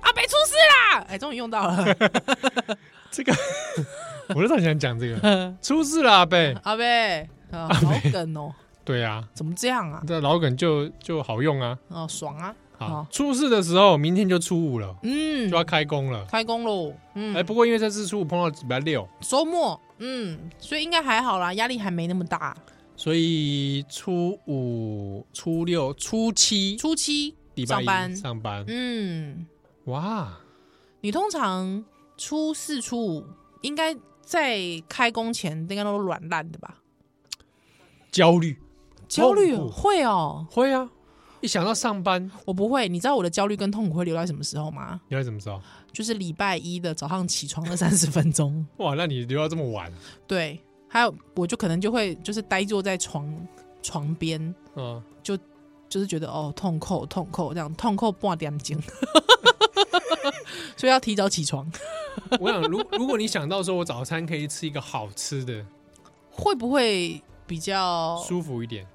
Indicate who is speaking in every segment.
Speaker 1: 啊没出事啦！哎、终于用到了，
Speaker 2: 这个 我就很想讲这个， 出事了阿贝。
Speaker 1: 阿贝，啊，老梗哦，
Speaker 2: 对啊，
Speaker 1: 怎么这样啊？
Speaker 2: 这老梗就就好用啊。
Speaker 1: 哦，爽啊！
Speaker 2: 好
Speaker 1: 好，
Speaker 2: 初四的时候，明天就初五了，
Speaker 1: 嗯
Speaker 2: 就，要开工了。
Speaker 1: 开工喽，嗯，
Speaker 2: 哎，不过因为这次初五碰到礼拜六，
Speaker 1: 周末，嗯，所以应该还好啦，压力还没那么大。
Speaker 2: 所以初五、初六、初七
Speaker 1: 初七
Speaker 2: 礼拜
Speaker 1: 上班
Speaker 2: 一上班。
Speaker 1: 嗯，
Speaker 2: 哇，
Speaker 1: 你通常初四、初五应该在开工前应该都软烂的吧？
Speaker 2: 焦虑
Speaker 1: 焦虑
Speaker 2: 痛苦
Speaker 1: 会哦，
Speaker 2: 会啊，一想到上班，
Speaker 1: 我不会。你知道我的焦虑跟痛苦会留在什么时候吗？
Speaker 2: 你会怎么着？
Speaker 1: 就是礼拜一的早上起床的三十分钟，
Speaker 2: 哇，那你留到这么晚，
Speaker 1: 对，还有我就可能就会就是呆坐在床床边，
Speaker 2: 嗯，
Speaker 1: 就是觉得哦痛扣痛扣这样痛扣半点钟， 所以要提早起床。
Speaker 2: 我想，如如果你想到说我早餐可以吃一个好吃的，
Speaker 1: 会不会比较
Speaker 2: 舒服一点，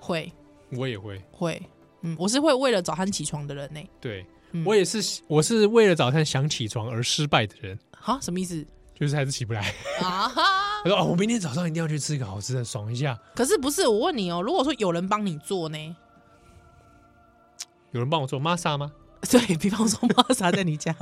Speaker 1: 会
Speaker 2: 我也会。
Speaker 1: 会？嗯，我是会为了早餐起床的人呢、
Speaker 2: 对、
Speaker 1: 嗯
Speaker 2: 我也是，我是为了早餐想起床而失败的人，
Speaker 1: 啊，什么意思
Speaker 2: 就是还是起不来。
Speaker 1: 啊哈？
Speaker 2: 他说：“哦，我明天早上一定要去吃一个好吃的，爽一下。
Speaker 1: 可是不是我问你哦，如果说有人帮你做呢？”
Speaker 2: 有人帮我做 masa 吗？
Speaker 1: 对比方说玛莎在你家，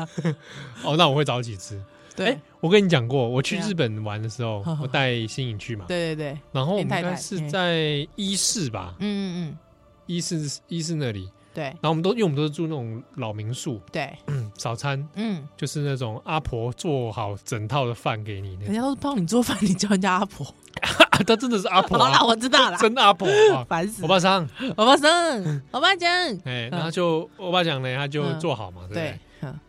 Speaker 2: 哦，那我会早起吃。
Speaker 1: 对、
Speaker 2: 诶我跟你讲过，我去
Speaker 1: 对啊
Speaker 2: 日本玩的时 候，
Speaker 1: 好好好
Speaker 2: 我带新颖去嘛，
Speaker 1: 对对对，
Speaker 2: 然后我
Speaker 1: 林
Speaker 2: 们应
Speaker 1: 太太
Speaker 2: 该是在伊势吧，
Speaker 1: 嗯嗯嗯，嗯
Speaker 2: 伊势伊势那里，
Speaker 1: 对
Speaker 2: 然后我们都因为我们都是住那种老民宿，
Speaker 1: 对，
Speaker 2: 嗯早餐
Speaker 1: 嗯，
Speaker 2: 就是那种阿婆做好整套的饭给你，
Speaker 1: 人
Speaker 2: 那
Speaker 1: 家都帮你做饭，你叫人家阿婆，
Speaker 2: 她真的是阿
Speaker 1: 好
Speaker 2: 婆、
Speaker 1: 啦，
Speaker 2: 啊，
Speaker 1: 我知 道啦，，
Speaker 2: 真阿婆啊
Speaker 1: 烦死了，
Speaker 2: 欧巴桑，
Speaker 1: 我巴生，我巴生，
Speaker 2: 哎，
Speaker 1: 嗯
Speaker 2: 然后就欧巴讲呢，他就
Speaker 1: 嗯
Speaker 2: 做好嘛，对不对
Speaker 1: 对？，嗯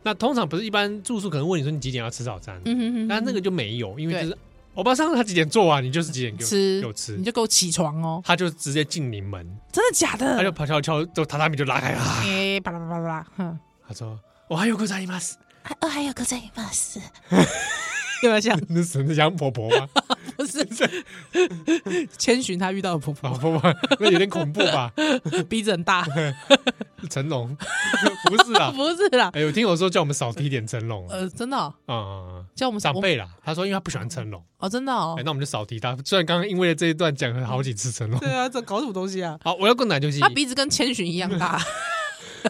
Speaker 2: 那通常不是一般住宿可能问你说你几点要吃早餐，
Speaker 1: 嗯哼哼，
Speaker 2: 但那个就没有，因为
Speaker 1: 对
Speaker 2: 就是欧巴桑他几点做完，你就是几点给我
Speaker 1: 吃
Speaker 2: 给我
Speaker 1: 你
Speaker 2: 吃，
Speaker 1: 就给我嗯起床哦，
Speaker 2: 他就直接进你门，
Speaker 1: 真的假的？
Speaker 2: 他就跑悄悄就榻榻米就拉开啊，
Speaker 1: 哎，巴拉巴拉巴拉，哼。
Speaker 2: 他说我还有ございます，
Speaker 1: 哦，还有个在巴 士，有没有想？
Speaker 2: 那是那杨婆婆吗？
Speaker 1: 不 是，千寻她遇到的婆
Speaker 2: 老
Speaker 1: 婆
Speaker 2: 婆 婆那有点恐怖吧？
Speaker 1: 鼻子很 大，
Speaker 2: 成龙 不是 啊，
Speaker 1: 不是啦，
Speaker 2: 哎，我听我说叫我们少提点成龙啊
Speaker 1: 呃，真的哦
Speaker 2: 啊啊，
Speaker 1: 叫我们
Speaker 2: 长
Speaker 1: 我
Speaker 2: 辈啦，他说因为他不喜欢成龙，
Speaker 1: 哦，真的哦
Speaker 2: 哎，，那我们就少提他。虽然刚刚因为这一段讲了好几次成龙，
Speaker 1: 对啊，这搞什么东西啊？
Speaker 2: 好，我要更难就是
Speaker 1: 他，鼻子跟千寻一样 大，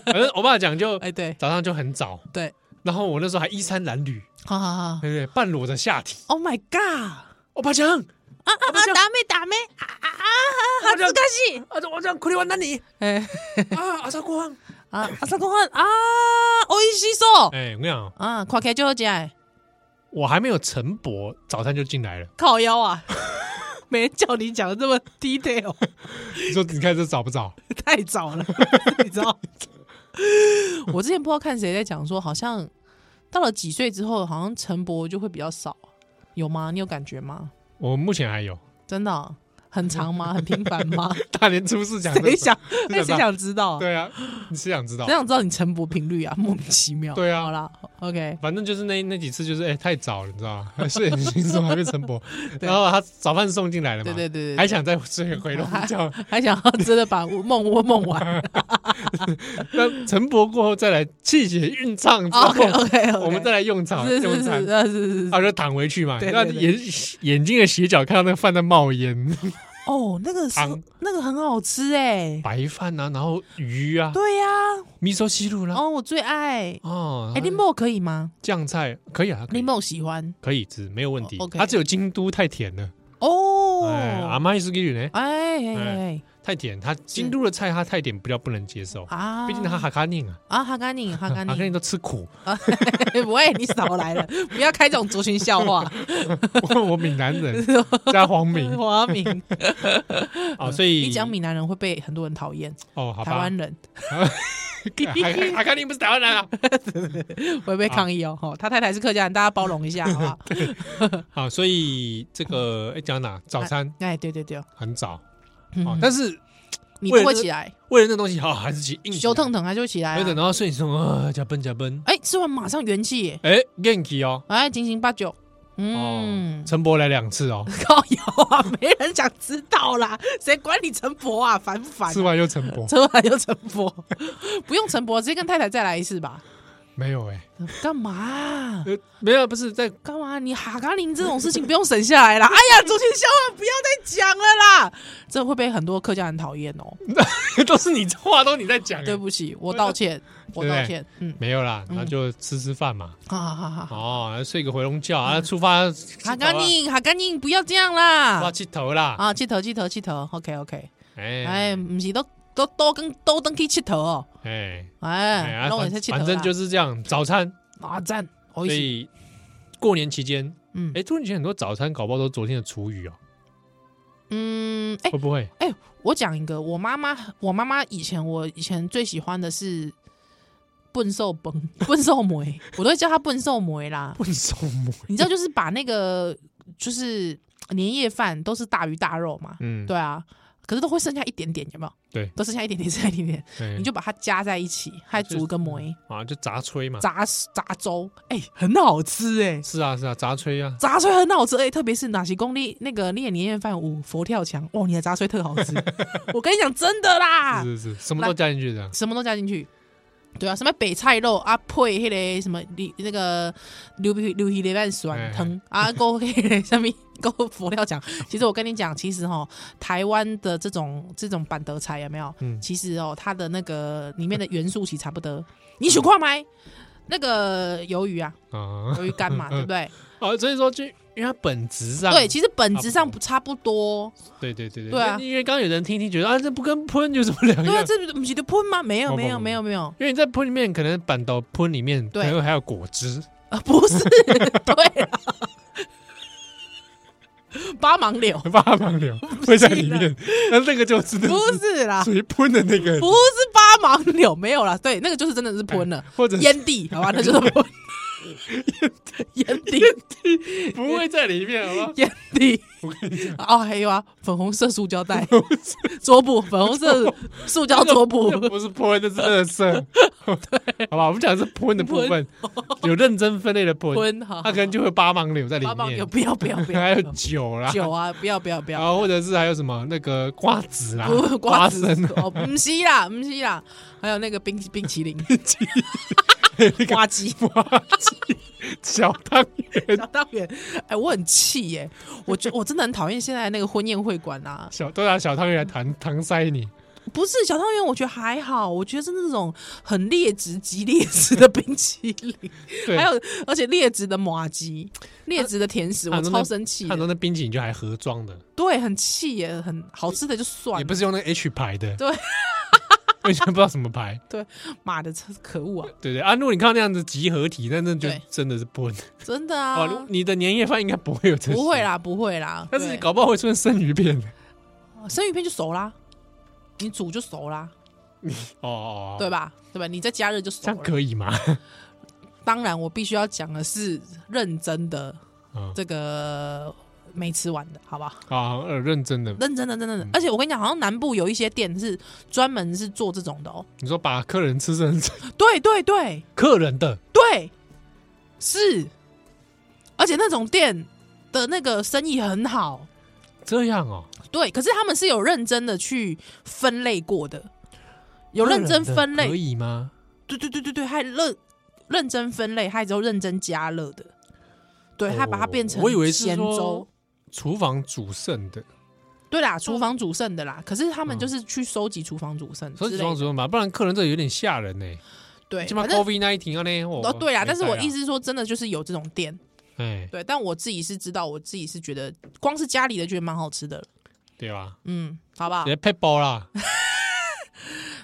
Speaker 2: 反正我爸讲就
Speaker 1: 哎，对
Speaker 2: 早上就很早，
Speaker 1: 对，
Speaker 2: 然后我那时候还衣衫褴褛，
Speaker 1: 好好好
Speaker 2: 对不对？半裸着下体，
Speaker 1: ，Oh my God！
Speaker 2: 我爸讲
Speaker 1: 啊啊啊！打妹打妹啊啊啊！好
Speaker 2: 恥ずか
Speaker 1: しい。
Speaker 2: 啊，我讲苦力完那 你
Speaker 1: 哎
Speaker 2: 啊，阿萨光，
Speaker 1: 啊啊！三公分啊，おいしそう。
Speaker 2: 哎，我跟你讲，
Speaker 1: 啊，看起来就好吃的，
Speaker 2: 我还没有晨勃，早餐就进来了。
Speaker 1: 靠腰啊！ 没人叫你讲的这么 detail。
Speaker 2: 你说你看这早不早？
Speaker 1: 太早了， 你知道？我之前不知道看谁在讲说，好像到了几岁之后，好像晨勃就会比较少，有吗？你有感觉吗？
Speaker 2: 我目前还有
Speaker 1: 真的哦、很长 吗？很频繁吗？
Speaker 2: 大年初四讲的，
Speaker 1: 谁想？
Speaker 2: 真的
Speaker 1: 哎，
Speaker 2: 吧
Speaker 1: 谁想知道、啊？
Speaker 2: 对啊，你是想知道
Speaker 1: 谁？想知道你晨勃频率啊？莫名其妙。
Speaker 2: 对啊
Speaker 1: 好啦，OK，
Speaker 2: 反正就是那那几次就是哎、太早了，你知道 吗？睡眼惺忪还没晨勃，然后他早饭送进来了嘛，
Speaker 1: 对对对对，
Speaker 2: 还想再睡回笼 觉。
Speaker 1: 还想要真的把梦窝梦完。
Speaker 2: 那晨勃过后再来气血运畅之后
Speaker 1: OK OK，
Speaker 2: 我们再来用餐
Speaker 1: 是是
Speaker 2: 用
Speaker 1: 哦是
Speaker 2: 餐，啊
Speaker 1: 是是是
Speaker 2: 然后就躺回去嘛。
Speaker 1: 对
Speaker 2: 那
Speaker 1: 对
Speaker 2: 眼眼睛的斜角看到那个饭在冒 烟，
Speaker 1: 哦，那个是
Speaker 2: 汤
Speaker 1: 那个很好吃哎，
Speaker 2: 白饭啊，然后鱼啊，
Speaker 1: 对呀、
Speaker 2: 米寿西露啦，
Speaker 1: 哦，我最爱。
Speaker 2: 哦
Speaker 1: 哎，，林某可以吗？
Speaker 2: 酱菜可以啊，可以
Speaker 1: 林某喜欢
Speaker 2: 可以吃，没有问题。
Speaker 1: 哦，OK
Speaker 2: 它只有京都太甜了，
Speaker 1: 哦，
Speaker 2: 哎，阿
Speaker 1: 哎
Speaker 2: 妈伊斯给呢，
Speaker 1: 哎哎
Speaker 2: 太甜，它京都的菜它太甜，比较不能接受。
Speaker 1: 啊！
Speaker 2: 毕竟他哈卡宁啊，
Speaker 1: 啊，哈甘宁，哈
Speaker 2: 哈
Speaker 1: 甘
Speaker 2: 卡宁
Speaker 1: 宁，
Speaker 2: 都吃 苦，
Speaker 1: 喂，你少来了，不要开这种族群笑话，
Speaker 2: 我我闽南 人
Speaker 1: 哦
Speaker 2: 加黄 明
Speaker 1: 华明，
Speaker 2: 啊，所以
Speaker 1: 你讲闽南人会被很多人讨厌，
Speaker 2: 哦，好
Speaker 1: 台
Speaker 2: 吧， 啊
Speaker 1: 湾人
Speaker 2: 哈哈卡宁不是台湾人啊，
Speaker 1: 会被抗议哦。吼他太太是客家人，大家包容一下，好 不好？
Speaker 2: 好，所以这个哎讲到哪早餐
Speaker 1: 哎，对对对，
Speaker 2: 很早啊，
Speaker 1: 嗯
Speaker 2: 哦但是
Speaker 1: 你不会起来，
Speaker 2: 为了那东西好还是去硬起来
Speaker 1: 修腾，腾还就会起来
Speaker 2: 有等
Speaker 1: 啊。
Speaker 2: 到睡醒说啊加奔加奔，
Speaker 1: 哎，吃完马上元气耶，
Speaker 2: 哎 Genki 哦，
Speaker 1: 哎，警醒八九，
Speaker 2: 哦
Speaker 1: 嗯，，
Speaker 2: 陈博来两次哦，
Speaker 1: 靠油啊，没人想知道啦，谁管你陈博啊，烦不烦啊？
Speaker 2: 吃完又陈博，
Speaker 1: 车完又陈博，不用陈博，直接跟太太再来一次吧。
Speaker 2: 没有 哎、
Speaker 1: 干嘛啊、
Speaker 2: 呃，没有，不是在
Speaker 1: 干嘛？啊你哈嘎林这种事情不 用省下来啦！哎呀，昨天笑话不要再讲了啦，这会被很多客家人讨厌哦。
Speaker 2: 都是你话都你在讲、
Speaker 1: 对
Speaker 2: 欸，
Speaker 1: 不起，我道歉，我道歉。嗯，
Speaker 2: 没有啦，那就吃吃饭嘛，
Speaker 1: 好好好好好，
Speaker 2: 哦，睡个回笼觉啊，出发，
Speaker 1: 哈嘎
Speaker 2: 出
Speaker 1: 宁，哈嘎宁，不要这样
Speaker 2: 发出发
Speaker 1: 啦！
Speaker 2: 气头啦，
Speaker 1: 啊，气头气头气头，OK OK。
Speaker 2: 哎
Speaker 1: 哎，不是都都都跟都登去气头哦，
Speaker 2: 哎哎
Speaker 1: 哎，
Speaker 2: 啊，
Speaker 1: 弄我
Speaker 2: 反
Speaker 1: 也是气头啦。
Speaker 2: 反正就是是这样，早餐，
Speaker 1: 啊赞，我
Speaker 2: 所
Speaker 1: 一起
Speaker 2: 以过年期间，
Speaker 1: 嗯
Speaker 2: 哎，过年期间很多早餐搞不好都是昨天的厨余哦，
Speaker 1: 嗯，哎
Speaker 2: 会不会？
Speaker 1: 哎，我讲一个，我妈妈，我妈妈以前我以前最喜欢的是笨兽崩 笨兽梅，我都会叫她笨兽梅 啦。
Speaker 2: 问什么？
Speaker 1: 你知道，就是把那个就是年夜饭都是大鱼大肉嘛，
Speaker 2: 嗯，
Speaker 1: 对啊，可是都会剩下一点点，有没有？
Speaker 2: 对
Speaker 1: 都剩下一点点，剩下一点点，
Speaker 2: 对，
Speaker 1: 你就把它加在一起，还煮一个梅
Speaker 2: 啊，就杂炊嘛，
Speaker 1: 炸炸粥，哎、很好吃哎、
Speaker 2: 是啊是啊，杂炊啊，
Speaker 1: 杂炊很好吃，哎、特别是哪些公立那个练年夜饭舞佛跳墙，哇，你的杂炊特好 吃，我跟你讲真的啦，
Speaker 2: 是是是，什么都加进去的，
Speaker 1: 什么都加进去。对啊，什么北菜肉啊，配迄个什么里那个牛皮牛皮的拌蒜汤
Speaker 2: 哎
Speaker 1: 啊，够迄个什么够佛跳墙。其实我跟你讲，其实哈，台湾的这种这种板德菜有没有？
Speaker 2: 嗯
Speaker 1: 其实哦，它的那个里面的元素其实差不多。你数块买那个鱿鱼啊，
Speaker 2: 啊
Speaker 1: 鱿鱼干嘛，对不对？
Speaker 2: 啊，所以说就因为它本质上，
Speaker 1: 对，其实本质上
Speaker 2: 差不
Speaker 1: 不差不多。
Speaker 2: 对对对对，
Speaker 1: 对啊
Speaker 2: 因为刚刚有人听听觉得啊，这不跟喷有什么两
Speaker 1: 对啊，
Speaker 2: 样？
Speaker 1: 这不是就喷吗？没有，
Speaker 2: 不不
Speaker 1: 没有，
Speaker 2: 不
Speaker 1: 没有，没有。
Speaker 2: 因为你在喷里面，可能板豆喷里面，
Speaker 1: 对
Speaker 2: 可能还有果汁，
Speaker 1: 啊， 不是，对啊， 八芒柳
Speaker 2: 八芒流会在里面，那那个就真的
Speaker 1: 不
Speaker 2: 是
Speaker 1: 是啦，
Speaker 2: 属于喷的那个，
Speaker 1: 不是八芒柳，没有啦，对，那个就是真的是喷了
Speaker 2: 或者是
Speaker 1: 烟蒂，好吧，那就是 喷烟蒂
Speaker 2: 不会在里面，好吧？
Speaker 1: 烟蒂。哦，还有啊，粉红色塑胶袋桌布，粉红 色塑胶桌布
Speaker 2: 那，不是喷，那是垃圾。 好吧，我们讲的是喷的部 分，有认真分类的喷，
Speaker 1: 喷哈，
Speaker 2: 它可能就会有八芒流在里
Speaker 1: 哦八芒柳，
Speaker 2: 面，
Speaker 1: 不要不要 不要，
Speaker 2: 还有酒啦，
Speaker 1: 酒啊，不要不要不要
Speaker 2: 然，后或者是还有什么那个瓜子 啦
Speaker 1: 不、
Speaker 2: 花
Speaker 1: 瓜子
Speaker 2: 生啊，
Speaker 1: 哦，不是啦，不是啦，还有那个冰冰淇 淋，瓜鸡
Speaker 2: 小汤圆，
Speaker 1: 小汤圆，哎，我很气耶、我觉我真的很讨厌现在那个婚宴会馆啊，
Speaker 2: 小都拿小汤圆来搪搪塞你。
Speaker 1: 不是小汤圆，我觉得还好，我觉得是那种很劣质极劣质的冰淇淋，
Speaker 2: 对，
Speaker 1: 还有而且劣质的麻鸡，劣质的甜食，
Speaker 2: 啊
Speaker 1: 我
Speaker 2: 那
Speaker 1: 超生气的
Speaker 2: 汉，中那冰淇淋就还盒装的，
Speaker 1: 对，很气耶、很好吃的就算
Speaker 2: 也
Speaker 1: 了
Speaker 2: 不，是用那个 H 牌的，
Speaker 1: 对，
Speaker 2: 完全不知道什么牌，
Speaker 1: 妈的，真可恶啊，
Speaker 2: 对对啊。如果你看到那样子集合体，那那就
Speaker 1: 对
Speaker 2: 真的是不
Speaker 1: 真的啊，
Speaker 2: 哦，你的年夜饭应该不会有这些，
Speaker 1: 不会，啦，不会啦，
Speaker 2: 但是
Speaker 1: 对
Speaker 2: 搞不好会出现生 鱼片
Speaker 1: 生鱼片就熟啦，你煮就熟啦，
Speaker 2: 哦哦，哦
Speaker 1: 对？吧？对吧？你在加热就
Speaker 2: 这
Speaker 1: 熟
Speaker 2: 样
Speaker 1: 了。
Speaker 2: 可以吗？
Speaker 1: 当然，我必须要讲的是认真的
Speaker 2: 嗯，
Speaker 1: 这个没吃完的，好吧？
Speaker 2: 啊，呃认真的，
Speaker 1: 认真的，真的。
Speaker 2: 嗯
Speaker 1: 而且我跟你讲，好像南部有一些店是专门是做这种的哦。
Speaker 2: 你说把客人吃剩，
Speaker 1: 对对对
Speaker 2: 客人的
Speaker 1: 对，是。而且那种店的那个生意很好，
Speaker 2: 这样哦，
Speaker 1: 对。可是他们是有认真的去分类过的，有认真
Speaker 2: 客人的
Speaker 1: 分类
Speaker 2: 可以吗？
Speaker 1: 对对对对对，还认认真分类，还之后认真加热的，对，还把它
Speaker 2: 哦
Speaker 1: 变成
Speaker 2: 我以为是
Speaker 1: 咸
Speaker 2: 说
Speaker 1: 粥。
Speaker 2: 厨房煮剩的，
Speaker 1: 对啦，厨房煮剩的啦，可是他们
Speaker 2: 嗯
Speaker 1: 就是去收集厨房煮剩之
Speaker 2: 所以
Speaker 1: 类
Speaker 2: 厨房
Speaker 1: 的，
Speaker 2: 煮剩嘛，不然客人这有点吓人呢。
Speaker 1: 对，
Speaker 2: 起
Speaker 1: 哎
Speaker 2: 码
Speaker 1: 反正
Speaker 2: COVID 那一停啊呢，
Speaker 1: 哦对啦，但是我意
Speaker 2: 思，
Speaker 1: 思是说，真的就是有这种店，
Speaker 2: 哎，
Speaker 1: 对，但我自己是知道，我自己是觉得光是家里的觉得蛮好吃的了，
Speaker 2: 对啊吧？
Speaker 1: 嗯，好不好？
Speaker 2: 也配包啦，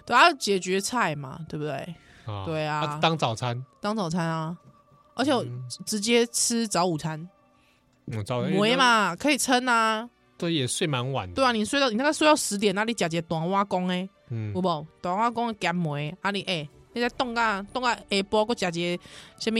Speaker 1: 对啊，要解决菜嘛，对不对？
Speaker 2: 啊
Speaker 1: 对啊
Speaker 2: 它当早餐，
Speaker 1: 当早餐啊，而且我
Speaker 2: 嗯
Speaker 1: 直接吃早午餐，
Speaker 2: 嗯，早餐
Speaker 1: 没，嘛，可以撑啊，
Speaker 2: 对，也睡蛮晚的，
Speaker 1: 对啊，，你睡到你大概睡到十点，那你假节短挖工哎。
Speaker 2: 嗯
Speaker 1: 有，无？大我讲的咸梅，啊你哎、欸，你再冻啊冻啊下晡，搁食一个什物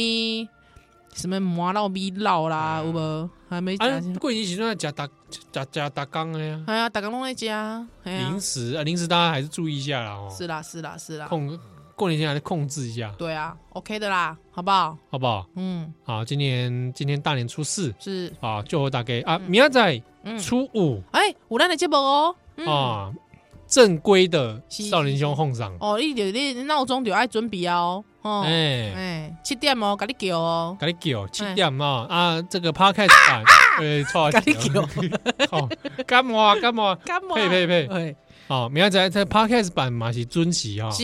Speaker 1: 什么啊麻辣米烙啦，有无？还没食
Speaker 2: 嗯啊，
Speaker 1: 啥？
Speaker 2: 过年时阵食打食食打工的呀，
Speaker 1: 哎呀，大家拢在食，哎呀
Speaker 2: 零，食啊，零食大家还是注意一下啦哦，
Speaker 1: 是啊啦是啦是啦，
Speaker 2: 控过年前还是控制一下，
Speaker 1: 对啊，OK 的啦，好不好？
Speaker 2: 好不好？
Speaker 1: 嗯，
Speaker 2: 啊，今年今天大年初四
Speaker 1: 是，
Speaker 2: 啊，就大概啊，明仔载
Speaker 1: 嗯，
Speaker 2: 初五
Speaker 1: 哎、有咱的节目哦，嗯，
Speaker 2: 啊，正规的
Speaker 1: 是
Speaker 2: 少年兄哄上，
Speaker 1: 哦，你就你闹钟就爱准备哦，哦，哎、
Speaker 2: 哎，
Speaker 1: 七点哦，给你叫哦，
Speaker 2: 咖喱狗七
Speaker 1: 哎
Speaker 2: 点啊啊，这个 podcast 版，呃，错，
Speaker 1: 咖 喱
Speaker 2: 好，干嘛干嘛，
Speaker 1: 哦干嘛？
Speaker 2: 呸呸呸，
Speaker 1: 对，
Speaker 2: 好，明仔载在 podcast 版嘛是准时啊，
Speaker 1: 是，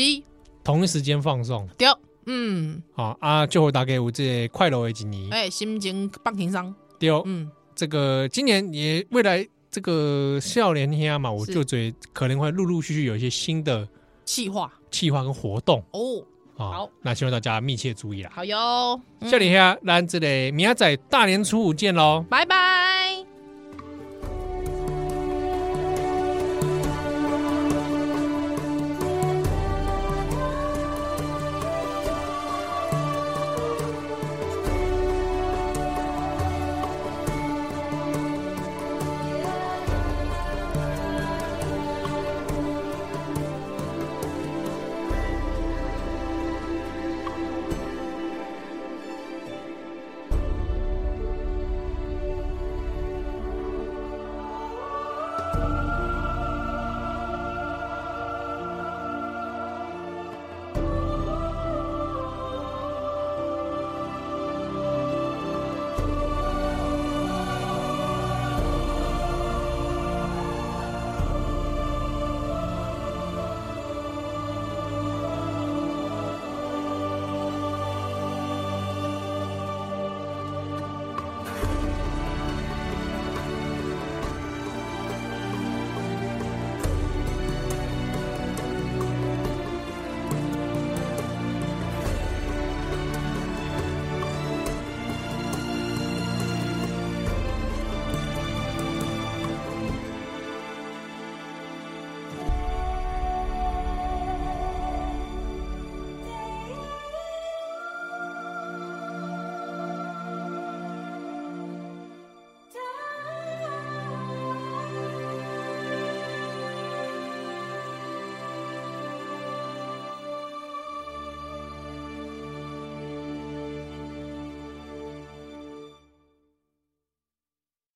Speaker 2: 同一时间放送，
Speaker 1: 对，嗯，
Speaker 2: 好啊，就大概有这快乐的一年，
Speaker 1: 哎、心情放轻松，
Speaker 2: 对哦，
Speaker 1: 嗯，
Speaker 2: 这个今年也未来这个少年兄嘛，我
Speaker 1: 是
Speaker 2: 就觉得可能会陆陆续续有一些新的
Speaker 1: 气化
Speaker 2: 计划跟活动
Speaker 1: 哦，
Speaker 2: 啊
Speaker 1: 好，
Speaker 2: 那希望大家密切注意啦。
Speaker 1: 好哟，嗯
Speaker 2: 少年兄，咱这个明仔载大年初五见喽。
Speaker 1: 拜拜。